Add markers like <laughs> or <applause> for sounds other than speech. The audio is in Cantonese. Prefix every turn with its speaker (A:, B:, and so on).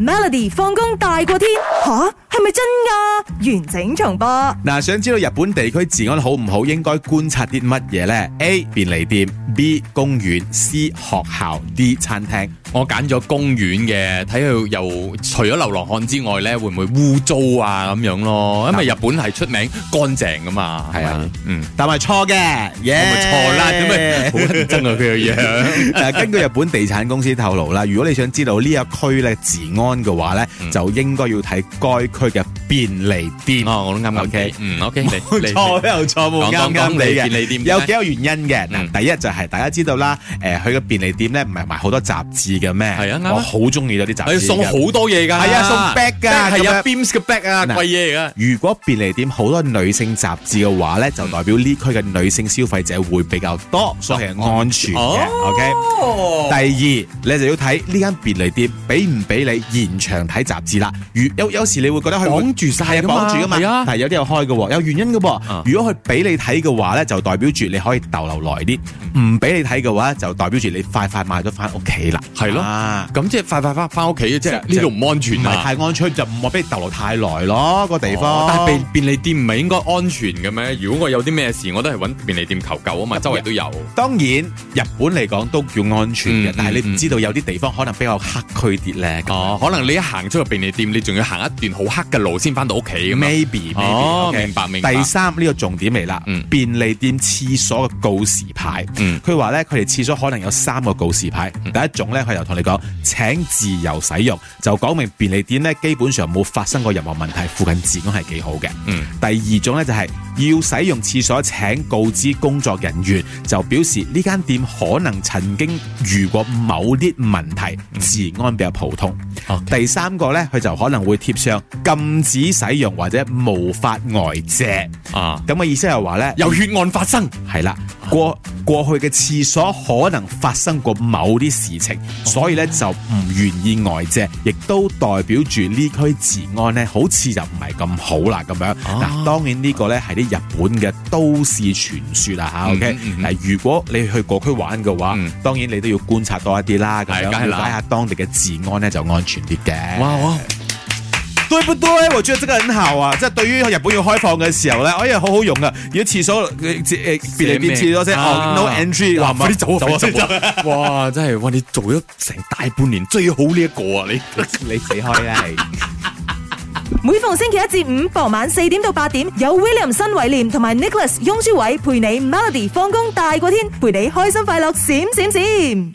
A: Melody 放工大過天吓，係咪真㗎？完整重播
B: 嗱，想知道日本地區治安好唔好，應該觀察啲乜嘢呢？A. 便利店，B. 公園，C. 學校，D. 餐廳。
C: 我揀咗公園嘅，睇佢又除咗流浪漢之外咧，會唔會污糟啊咁樣咯？因為日本係出名乾淨噶嘛，
B: 係啊
C: 咪，嗯，
B: 但係錯嘅，耶、
C: 我咪錯啦，咁咪好乞人憎啊佢
B: <laughs>
C: 嘅樣。
B: 誒根據日本地產公司透露啦，如果你想知道呢一區咧治安嘅話咧，
C: 嗯
B: 就應該要睇該區嘅便利店。
C: 哦，我都啱啱
B: OK
C: 嘅，嗯，OK，你
B: <laughs>
C: 你
B: 錯又錯，冇
C: 講
B: 啱啱
C: 講
B: 你
C: 你便利
B: 嘅。
C: 店
B: 有
C: 點
B: 幾
C: 解
B: 個原因嘅。
C: 嗯
B: 嗱，第一就係大家知道啦，誒佢嘅便利店咧唔係賣好多雜誌嘅咩？
C: 係啊啱啊
B: 我好中意嗰啲雜
C: 我要
B: 誌。
C: 送好。多嘢㗎，
B: 係啊送 bag 㗎
C: 係
B: 咁樣
C: 啊，Beams 嘅 bag 啊，
B: 嗱
C: 貴嘢嚟㗎。
B: 如果便利店好多女性雜誌嘅話咧，就代表呢區嘅女性消費者會比較多，所以係安全嘅。
C: 哦
B: OK。
C: 哦
B: 第二，你就要睇呢間便利店俾唔俾你現場睇雜誌啦。如有有時你會覺得佢
C: 綁住晒
B: 係
C: 㗎
B: 啊
C: 嘛
B: 綁住噶嘛，
C: 係啊
B: 但係有啲有開嘅喎，有原因嘅
C: 啊
B: 噃。如果佢俾你睇嘅話咧，就代表住你可以逗留耐啲；
C: 嗯
B: 唔俾你睇嘅話，就代表住你快快買咗翻屋企啦。
C: 係咯
B: 啊
C: 咁即係快快翻翻屋企啊！即係
B: 即
C: 呢度唔安
B: 唔
C: 全
B: 係
C: 啊！
B: 太安全，就唔話俾你逗留太耐咯個地
C: 哦
B: 方。
C: 但係便便利店唔係應該安全嘅咩？如果我有啲咩事，我都係揾便利店求救啊嘛，周圍都有。
B: 當然日本嚟講都叫安全嘅，
C: 嗯
B: 但係你
C: 嗯
B: 唔知道有啲地方可能比較黑區啲咧。咁
C: 哦，可能你一行出去便利店，你仲要行一段好黑嘅路先翻到屋企咁啊。
B: maybe maybe
C: 哦
B: OK
C: 明白明白
B: 第三呢個重點嚟啦
C: 嗯，
B: 便利店廁所嘅告示牌，
C: 嗯
B: 佢話咧佢哋廁所可能有三個告示牌，第一種咧佢就同你講請自由使用，就講明便利店咧基本上冇發生過任何問題，附近治安係幾好嘅。
C: 嗯，
B: 第二種咧就係、要使用廁所，請告知工作人員，就表示呢間店可能曾經遇過某啲問題，
C: 嗯
B: 治安比較普通。
C: OK
B: 第三個呢，佢就可能會貼上禁止使用或者無法外借。
C: 啊，
B: 咁嘅意思係話呢，
C: 有血案發生，
B: 係啦，過過去嘅廁所可能發生過某啲事情，所以呢就唔願意外借，亦都代表住呢區治安呢好似就唔係咁好啦咁樣。
C: 哦
B: 嗱，當然呢個呢係啲日本嘅都市傳說啦吓
C: 嗯
B: OK，
C: 嗯嗯
B: 嗱，如果你去嗰區玩嘅話
C: 嗯，
B: 當然你都要觀察多一啲啦，咁樣
C: 係梗係
B: 了
C: 啦
B: 解下當地嘅治安呢就安全啲嘅。
C: 哇哇！
B: 對不對？我覺得這個很好啊！即係對於日本要開放嘅時候咧，哎呀，好好用啊！如果廁呃所誒誒便利店廁所啫，哦
C: 啊
B: ，no entry，
C: 哇
B: 嗱
C: 快啲走啊
B: 走啊
C: 快啲
B: 走啊！
C: 哇，真係哇！你做咗成大半年最好呢一個啊，你
B: 你死開啦！你
A: 每逢星期一至五傍晚四點到八點，有 William 新偉廉同埋 Nicholas 雍舒偉陪你 Melody 放工大過天，陪你開心快樂閃閃閃。